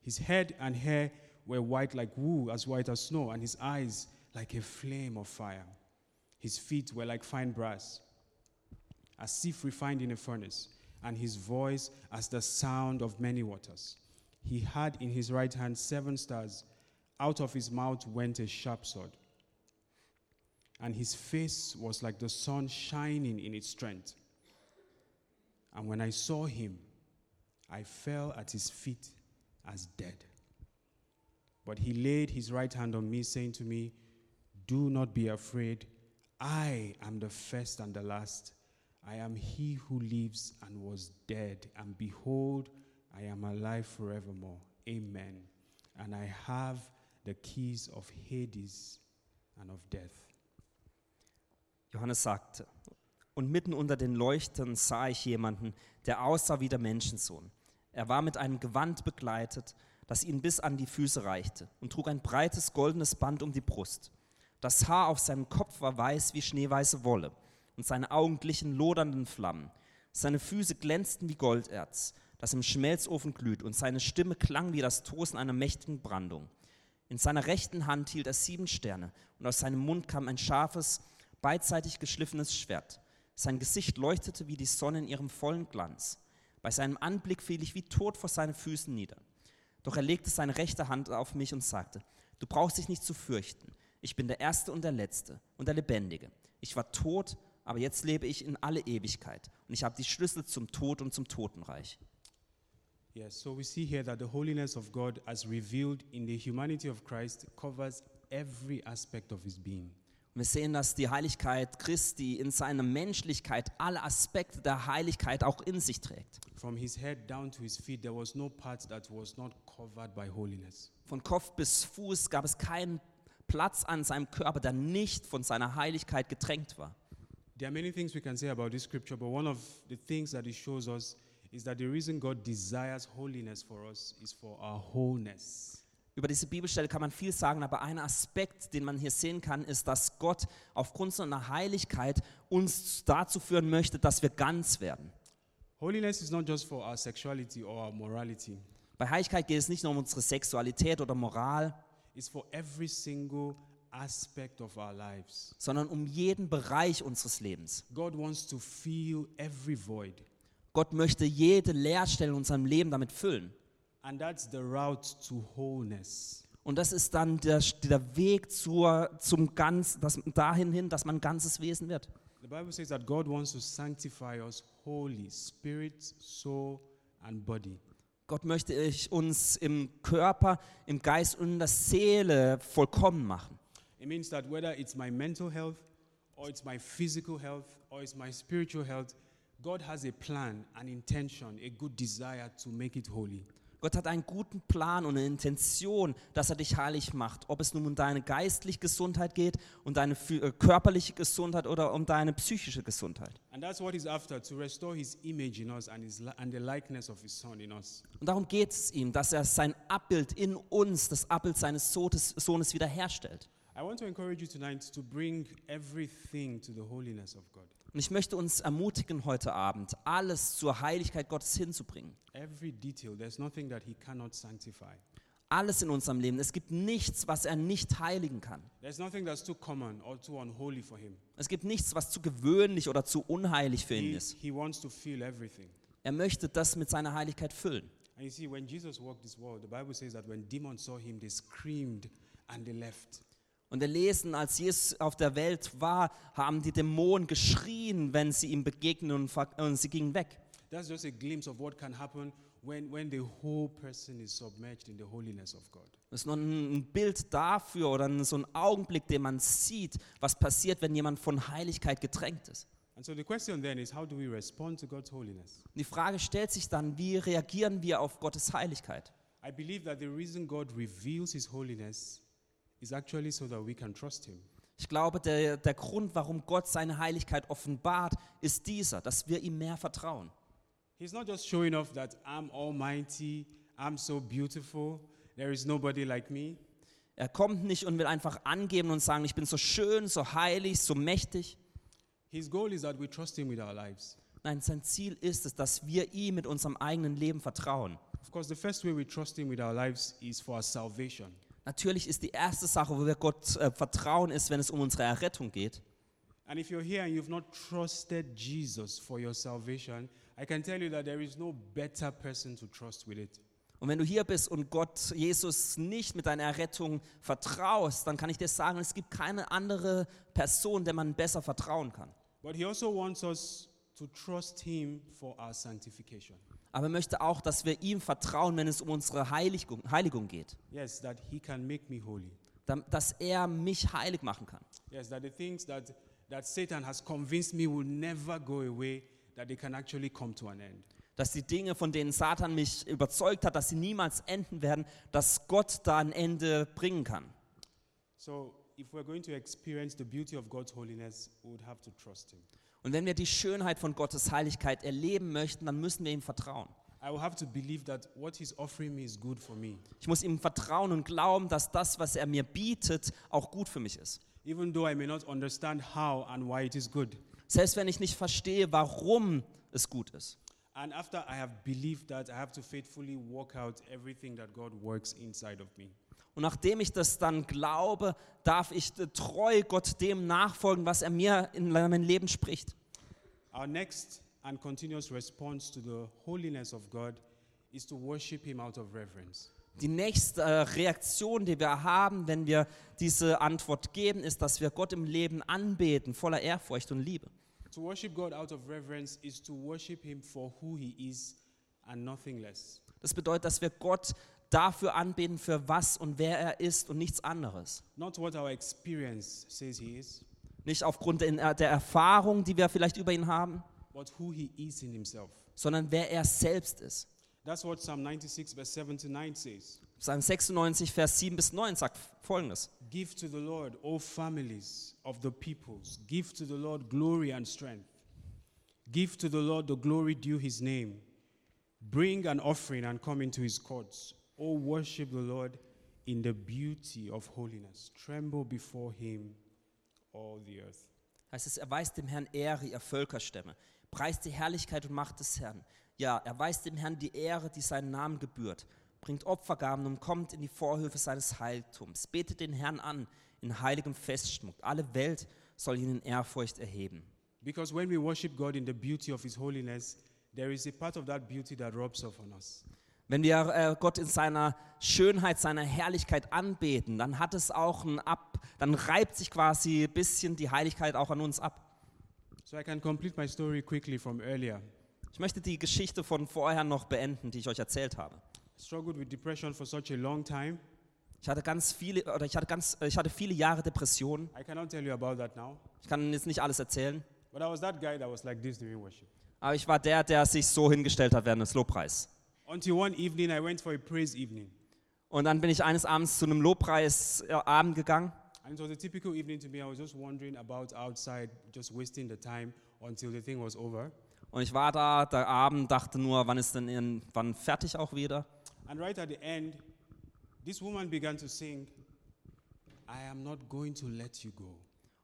Speaker 1: His head and hair were white like wool, as white as snow, and his eyes like a flame of fire. His feet were like fine brass as if refined in a furnace, and his voice as the sound of many waters. He had in his right hand seven stars. Out of his mouth went a sharp sword. And his face was like the sun shining in its strength. And when I saw him, I fell at his feet as dead. But he laid his right hand on me, saying to me, Do not be afraid. I am the first and the last. I am he who lives and was dead. And behold, I am alive forevermore. Amen. And I have the keys of Hades and of death.
Speaker 2: Johannes sagte, und mitten unter den Leuchtern sah ich jemanden, der aussah wie der Menschensohn. Er war mit einem Gewand begleitet, das ihm bis an die Füße reichte, und trug ein breites goldenes Band um die Brust. Das Haar auf seinem Kopf war weiß wie schneeweiße Wolle, und seine Augen glichen lodernden Flammen. Seine Füße glänzten wie Golderz, das im Schmelzofen glüht, und seine Stimme klang wie das Tosen einer mächtigen Brandung. In seiner rechten Hand hielt er sieben Sterne, und aus seinem Mund kam ein scharfes, beidseitig geschliffenes Schwert. Sein Gesicht leuchtete wie die Sonne in ihrem vollen Glanz. Bei seinem Anblick fiel ich wie tot vor seinen Füßen nieder. Doch er legte seine rechte Hand auf mich und sagte, du brauchst dich nicht zu fürchten. Ich bin der Erste und der Letzte und der Lebendige. Ich war tot, aber jetzt lebe ich in alle Ewigkeit und ich habe die Schlüssel zum Tod und zum Totenreich.
Speaker 1: Yes, so we see here that the holiness of God, as revealed in the humanity of Christ, covers every aspect of his being.
Speaker 2: Und wir sehen, dass die Heiligkeit Christi in seiner Menschlichkeit alle Aspekte der Heiligkeit auch in sich trägt.
Speaker 1: From his head down to his feet, there was no part that was not covered by holiness.
Speaker 2: Von Kopf bis Fuß gab es keinen Platz an seinem Körper, der nicht von seiner Heiligkeit getränkt war.
Speaker 1: There are many things we can say about this scripture, but one of the things that it shows us is that the reason God desires holiness for us is for our wholeness.
Speaker 2: Über diese Bibelstelle kann man viel sagen, aber ein Aspekt, den man hier sehen kann, ist, dass Gott aufgrund seiner Heiligkeit uns dazu führen möchte, dass wir ganz werden.
Speaker 1: Holiness is not just for our sexuality or our morality,
Speaker 2: Bei Heiligkeit geht es nicht nur um unsere Sexualität oder Moral,
Speaker 1: it's for every single aspect of our lives.
Speaker 2: sondern um jeden Bereich unseres Lebens.
Speaker 1: God wants to fill every void,
Speaker 2: Gott möchte jede Leerstelle in unserem Leben damit füllen.
Speaker 1: and that's the route to wholeness.
Speaker 2: Und das ist dann der, der Weg zur, zum ganz, das, dahin hin, dass man ein ganzes Wesen wird.
Speaker 1: The Bible says that God wants to sanctify us holy, spirit, soul, and body.
Speaker 2: Gott möchte ich uns im Körper, im Geist und in der Seele vollkommen machen.
Speaker 1: It means that whether it's my mental health, or it's my physical health, or it's my spiritual health, God has a plan, an intention, a good desire to make it holy.
Speaker 2: Gott hat einen guten Plan und eine Intention, dass er dich heilig macht. Ob es nun um deine geistliche Gesundheit geht, um deine phy- äh, körperliche Gesundheit oder um deine psychische Gesundheit.
Speaker 1: And that's what He's after to restore His image in us and, his, li- and the likeness of His Son in us.
Speaker 2: Und darum geht es ihm, dass er sein Abbild in uns, das Abbild seines Sohnes, Sohnes wiederherstellt.
Speaker 1: I want to encourage you tonight to bring everything to the holiness of God.
Speaker 2: Und ich möchte uns ermutigen, heute Abend alles zur Heiligkeit Gottes hinzubringen.
Speaker 1: Every detail, there's nothing that He cannot sanctify.
Speaker 2: Alles in unserem Leben. Es gibt nichts, was er nicht heiligen kann.
Speaker 1: There's nothing that's too common or too unholy for Him.
Speaker 2: Es gibt nichts, was zu gewöhnlich oder zu unheilig für ihn
Speaker 1: He,
Speaker 2: ist.
Speaker 1: he wants to feel everything.
Speaker 2: Er möchte das mit seiner Heiligkeit füllen.
Speaker 1: And you see, when Jesus walked this world, the Bible says that when demons saw him, they screamed and they left.
Speaker 2: Und wir lesen, als Jesus auf der Welt war, haben die Dämonen geschrien, wenn sie ihm begegnen und, ver- und sie gingen weg.
Speaker 1: That's just a glimpse of what can happen when, when the whole person is submerged in the holiness of God.
Speaker 2: Das ist nur ein ein Bild dafür oder so ein Augenblick, den man sieht, was passiert, wenn jemand von Heiligkeit getränkt ist.
Speaker 1: And so the question then is how do we respond to God's holiness?
Speaker 2: Und die Frage stellt sich dann, wie reagieren wir auf Gottes Heiligkeit?
Speaker 1: I believe that the reason God reveals his holiness is actually so that we can trust him.
Speaker 2: Ich Ich glaube, der, der Grund, warum Gott seine Heiligkeit offenbart, ist dieser, dass wir ihm mehr vertrauen.
Speaker 1: He's not just showing off that I'm almighty, I'm so beautiful, there is nobody like me.
Speaker 2: Er kommt nicht und will einfach angeben und sagen, ich bin so schön, so heilig, so mächtig.
Speaker 1: His goal is that we trust him with our lives.
Speaker 2: Nein, sein Ziel ist es, dass wir ihm mit unserem eigenen Leben vertrauen.
Speaker 1: Of course, the first way we trust him with our lives is for our salvation.
Speaker 2: Natürlich ist die erste Sache, wo wir Gott äh, vertrauen, ist, wenn es um unsere Errettung geht.
Speaker 1: And if you're here and you've not trusted Jesus for your salvation, I can tell you that there is no better person to trust with it.
Speaker 2: Und wenn du hier bist und Gott, Jesus, nicht mit deiner Errettung vertraust, dann kann ich dir sagen, es gibt keine andere Person, der man besser vertrauen kann.
Speaker 1: But he also wants us to trust him for our sanctification.
Speaker 2: Aber er möchte auch, dass wir ihm vertrauen, wenn es um unsere Heiligung, Heiligung geht.
Speaker 1: Yes, that he can make me holy.
Speaker 2: Dam- Dass er mich heilig machen kann.
Speaker 1: Yes, that the things that, that Satan has convinced me will never go away, that they can actually come to an end.
Speaker 2: Dass die Dinge, von denen Satan mich überzeugt hat, dass sie niemals enden werden, dass Gott da ein Ende bringen kann.
Speaker 1: So, if we're going to experience the beauty of God's holiness, we would have to trust him.
Speaker 2: Und wenn wir die Schönheit von Gottes Heiligkeit erleben möchten, dann müssen wir ihm vertrauen.
Speaker 1: I will have to believe that what he's offering me is good for me,
Speaker 2: Ich muss ihm vertrauen und glauben, dass das, was er mir bietet, auch gut für mich ist.
Speaker 1: even though I may not understand how and why it is good.
Speaker 2: Selbst wenn ich nicht verstehe, warum es gut ist.
Speaker 1: And after I have believed that, I have to faithfully work out everything that God works inside of me.
Speaker 2: Und nachdem ich das dann glaube, darf ich äh, treu Gott dem nachfolgen, was er mir in meinem Leben spricht.
Speaker 1: Our next and continuous response to the holiness of God is to worship Him out of reverence.
Speaker 2: Die nächste äh, Reaktion, die wir haben, wenn wir diese Antwort geben, ist, dass wir Gott im Leben anbeten, voller Ehrfurcht und Liebe.
Speaker 1: To worship God out of reverence is to worship Him for who He is and nothing less.
Speaker 2: Das bedeutet, dass wir Gott dafür anbeten, für was und wer er ist und nichts anderes.
Speaker 1: Not what our experience says He is,
Speaker 2: Nicht aufgrund äh, der der Erfahrung, die wir vielleicht über ihn haben,
Speaker 1: but who He is in Himself.
Speaker 2: sondern wer er selbst ist.
Speaker 1: That's what Psalm 96, verse 7 to 9 says.
Speaker 2: Psalm 96, Vers 7 bis 9 sagt folgendes.
Speaker 1: Give to the Lord, O families of the peoples. Give to the Lord glory and strength. Give to the Lord the glory due his name. Bring an offering and come into his courts. O worship the Lord in the beauty of holiness. Tremble before him, all the earth.
Speaker 2: Heißt es, erweist dem Herrn Ehre, ihr Völkerstämme. Preist die Herrlichkeit und Macht des Herrn. Ja, erweist dem Herrn die Ehre, die seinen Namen gebührt. Bringt Opfergaben und kommt in die Vorhöfe seines Heiligtums. Betet den Herrn an in heiligem Festschmuck. Alle Welt soll ihn in Ehrfurcht erheben.
Speaker 1: Because when we worship God in the beauty of his holiness, there is a part of that beauty that rubs off on us.
Speaker 2: Wenn wir äh, Gott in seiner Schönheit, seiner Herrlichkeit anbeten, dann hat es auch ein Ab, dann reibt sich quasi ein bisschen die Heiligkeit auch an uns ab.
Speaker 1: So I can complete my story quickly from earlier.
Speaker 2: Ich möchte die Geschichte von vorher noch beenden, die ich euch erzählt habe.
Speaker 1: Struggled with depression for such a long time.
Speaker 2: Ich hatte ganz viele, oder ich hatte ganz, äh, ich hatte viele Jahre Depressionen.
Speaker 1: I cannot tell you about that now,
Speaker 2: Ich kann jetzt nicht alles erzählen,
Speaker 1: but I was that guy that was like this during worship.
Speaker 2: aber ich war der, der sich so hingestellt hat während des Lobpreis.
Speaker 1: Until one evening, I went for a praise evening,
Speaker 2: Und dann bin ich eines Abends zu einem Lobpreisabend gegangen.
Speaker 1: and it was a typical evening to me. I was just wandering about outside, just wasting the time until the thing was over.
Speaker 2: Und ich war da, der Abend, dachte nur, wann ist denn, in- wann fertig auch wieder?
Speaker 1: And right at the end, this woman began to sing, I am not going to let you go.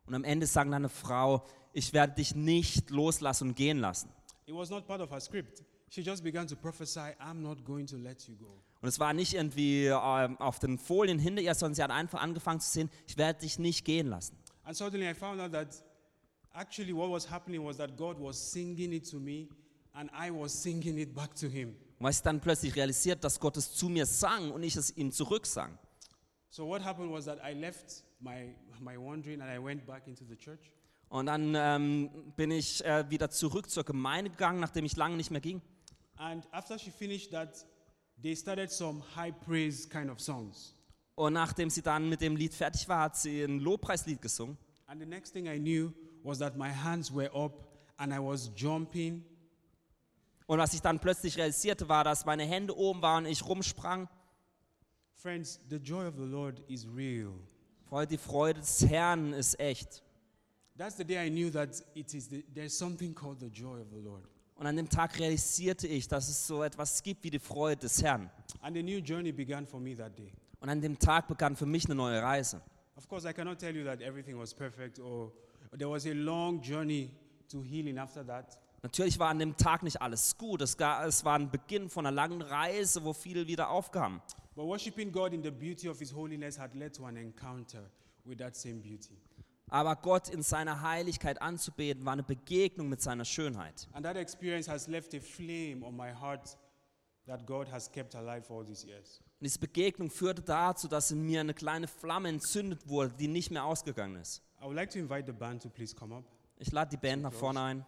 Speaker 2: Und am Ende sang dann eine Frau, ich werde dich nicht loslassen und gehen lassen.
Speaker 1: It was not part of her script. She just began to prophesy, I'm not going to let you go.
Speaker 2: Und es war nicht irgendwie ähm, auf den Folien hinter ihr, sondern sie hat einfach angefangen zu sehen, ich werde dich nicht gehen lassen.
Speaker 1: And suddenly I found out that actually what was happening was that God was singing it to me, and I was singing it back to him.
Speaker 2: Und weil ich dann plötzlich realisiert, dass Gott es zu mir sang und ich es ihm zurücksang.
Speaker 1: So what happened was that I left my, my wandering and I went back into the church.
Speaker 2: Und dann ähm, bin ich äh, wieder zurück zur Gemeinde gegangen, nachdem ich lange nicht mehr ging.
Speaker 1: And after she finished that, they started some high praise kind of songs.
Speaker 2: Und nachdem sie dann mit dem Lied fertig war, hat sie ein Lobpreislied gesungen.
Speaker 1: And the next thing I knew was that my hands were up and I was jumping.
Speaker 2: Und was ich dann plötzlich realisierte, war, dass meine Hände oben waren, ich rumsprang.
Speaker 1: Friends, the joy of the Lord is real.
Speaker 2: Freunde, die Freude des Herrn ist echt.
Speaker 1: That's the day I knew that it is the, there's something called the joy of the Lord.
Speaker 2: Und an dem Tag realisierte ich, dass es so etwas gibt wie die Freude des Herrn.
Speaker 1: And a new journey began for me that day.
Speaker 2: Und an dem Tag begann für mich eine neue Reise.
Speaker 1: Of course, I cannot tell you that everything was perfect, or there was a long journey to healing after that.
Speaker 2: Natürlich war an dem Tag nicht alles gut. Es, ga- es war ein Beginn von einer langen Reise, wo viel wieder aufkam.
Speaker 1: But worshiping God in the beauty of His holiness had led to an encounter with that same beauty.
Speaker 2: Aber Gott in seiner Heiligkeit anzubeten, war eine Begegnung mit seiner Schönheit.
Speaker 1: And that experience has left a flame on my heart that God has kept alive for all these years.
Speaker 2: Und diese Begegnung führte dazu, dass in mir eine kleine Flamme entzündet wurde, die nicht mehr ausgegangen ist.
Speaker 1: I would like to invite the band to please come up.
Speaker 2: Ich lade die Band nach vorne ein.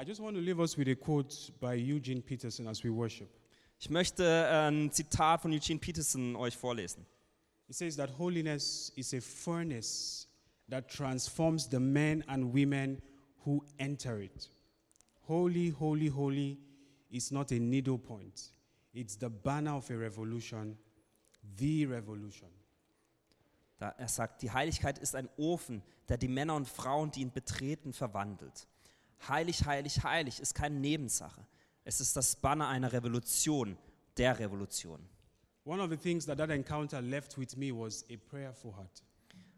Speaker 1: I just want to leave us with a quote by Eugene Peterson as we worship.
Speaker 2: Ich möchte äh, ein Zitat von Eugene Peterson euch vorlesen.
Speaker 1: He says that holiness is a furnace that transforms the men and women who enter it. Holy, holy, holy is not a needle point, it's the banner of a revolution, the revolution.
Speaker 2: Da er sagt, die Heiligkeit ist ein Ofen, der die Männer und Frauen, die ihn betreten, verwandelt. Heilig, heilig, heilig ist keine Nebensache. Es ist das Banner einer Revolution, der Revolution.
Speaker 1: One of the things that that encounter left with me was a prayerful heart.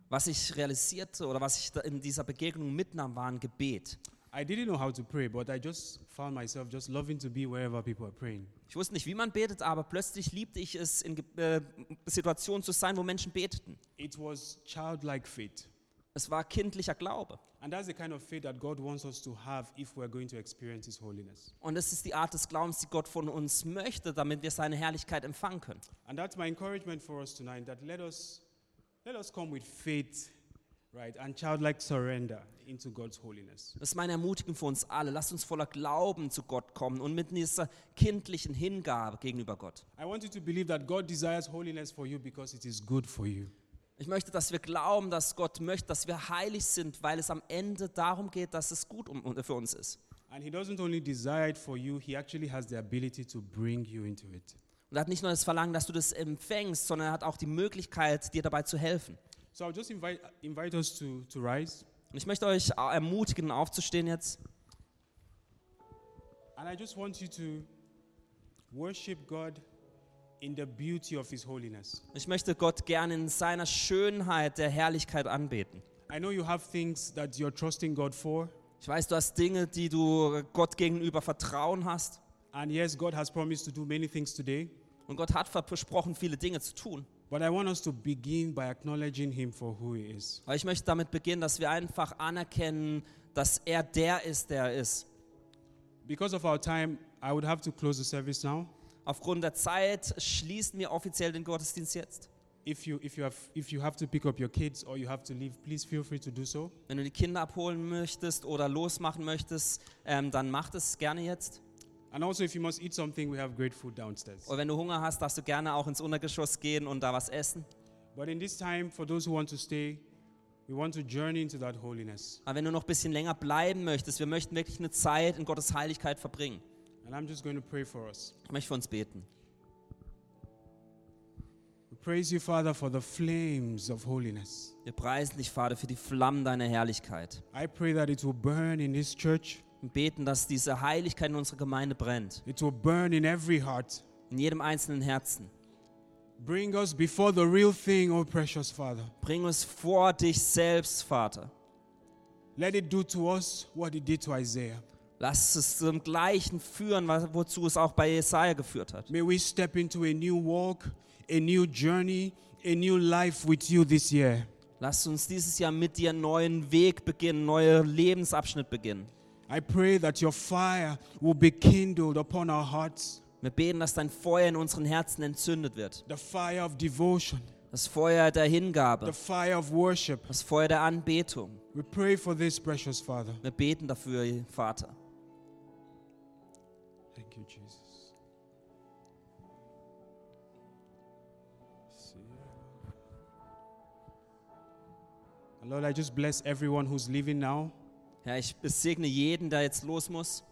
Speaker 2: Was ich realisierte oder was ich da in dieser Begegnung mitnahm, war ein Gebet.
Speaker 1: I didn't know how to pray, but I just found myself just loving to be wherever people are praying.
Speaker 2: Ich wusste nicht, wie man betet, aber plötzlich liebte ich es, in Ge- äh, Situationen zu sein, wo Menschen beteten.
Speaker 1: It was childlike faith.
Speaker 2: Es war kindlicher Glaube.
Speaker 1: And that's the kind of faith that God wants us to have if we're going to experience His holiness.
Speaker 2: Und es ist die Art des Glaubens, die Gott von uns möchte, damit wir seine Herrlichkeit empfangen können.
Speaker 1: And that's my encouragement for us tonight that let us let us come with faith, right, and childlike surrender into God's holiness.
Speaker 2: Das ist meine Ermutigung für uns alle. Lasst uns voller Glauben zu Gott kommen und mit dieser kindlichen Hingabe gegenüber Gott.
Speaker 1: I want you to believe that God desires holiness for you because it is good for you.
Speaker 2: Ich möchte, dass wir glauben, dass Gott möchte, dass wir heilig sind, weil es am Ende darum geht, dass es gut um, für uns ist.
Speaker 1: And He doesn't only desire it for you, He actually has the ability to bring you into it.
Speaker 2: Und er hat nicht nur das Verlangen, dass du das empfängst, sondern er hat auch die Möglichkeit, dir dabei zu helfen.
Speaker 1: So I'll just invite, invite us to, to rise.
Speaker 2: Und ich möchte euch au- ermutigen, aufzustehen jetzt.
Speaker 1: And I just want you to worship God in the beauty of His holiness.
Speaker 2: Ich möchte Gott gerne in seiner Schönheit der Herrlichkeit anbeten.
Speaker 1: I know you have things that you're trusting God for.
Speaker 2: Ich weiß, du hast Dinge, die du Gott gegenüber Vertrauen hast.
Speaker 1: And yes, God has promised to do many things today.
Speaker 2: Und Gott hat versprochen, viele Dinge zu tun.
Speaker 1: But I want us to begin by acknowledging Him for who He is.
Speaker 2: Aber ich möchte damit beginnen, dass wir einfach anerkennen, dass er der ist, der er ist.
Speaker 1: Because of our time, I would have to close the service now.
Speaker 2: Aufgrund der Zeit schließen wir offiziell den Gottesdienst jetzt.
Speaker 1: If you, if, you have, if you have to pick up your kids or you have to leave, please feel free to do so.
Speaker 2: Wenn du die Kinder abholen möchtest oder losmachen möchtest, ähm, dann mach das gerne jetzt.
Speaker 1: And also, if you must eat something, we have great food downstairs.
Speaker 2: Oder wenn du Hunger hast, darfst du gerne auch ins Untergeschoss gehen und da was essen.
Speaker 1: But in this time, for those who want to stay, we want to journey into that holiness.
Speaker 2: Aber wenn du noch ein bisschen länger bleiben möchtest, wir möchten wirklich eine Zeit in Gottes Heiligkeit verbringen.
Speaker 1: And I'm just going to pray for us.
Speaker 2: Ich möchte für uns beten.
Speaker 1: We praise you, Father, for the flames of holiness.
Speaker 2: Wir preisen dich, Vater, für die Flammen deiner Herrlichkeit.
Speaker 1: I pray that it will burn in this church,
Speaker 2: Und beten, dass diese Heiligkeit in unserer Gemeinde brennt.
Speaker 1: it will burn in every heart.
Speaker 2: In jedem einzelnen Herzen.
Speaker 1: Bring us before the real thing, O precious Father.
Speaker 2: Bring uns vor dich selbst, Vater.
Speaker 1: Let it do to us what it did to Isaiah.
Speaker 2: Lass es zum Gleichen führen, wa- wozu es auch bei Jesaja geführt hat.
Speaker 1: May we step into a new walk, a new journey, a new life with you this year.
Speaker 2: Lass uns dieses Jahr mit dir einen neuen Weg beginnen, neuen Lebensabschnitt beginnen.
Speaker 1: I pray that your fire will be kindled upon our hearts,
Speaker 2: Wir beten, dass dein Feuer in unseren Herzen entzündet wird.
Speaker 1: the fire of devotion,
Speaker 2: Das Feuer der Hingabe,
Speaker 1: the fire of worship.
Speaker 2: das Feuer der Anbetung.
Speaker 1: We pray for this, precious Father.
Speaker 2: Wir beten dafür, Vater.
Speaker 1: Thank you, Jesus. And Lord, I just bless everyone who's leaving now.
Speaker 2: Herr, ich segne jeden, der jetzt los muss.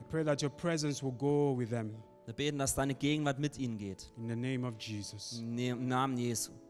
Speaker 1: I pray that your presence will go with them
Speaker 2: Wir beten, dass deine Gegenwart mit ihnen geht.
Speaker 1: in the name of Jesus.
Speaker 2: Im Ne- im Namen Jesu.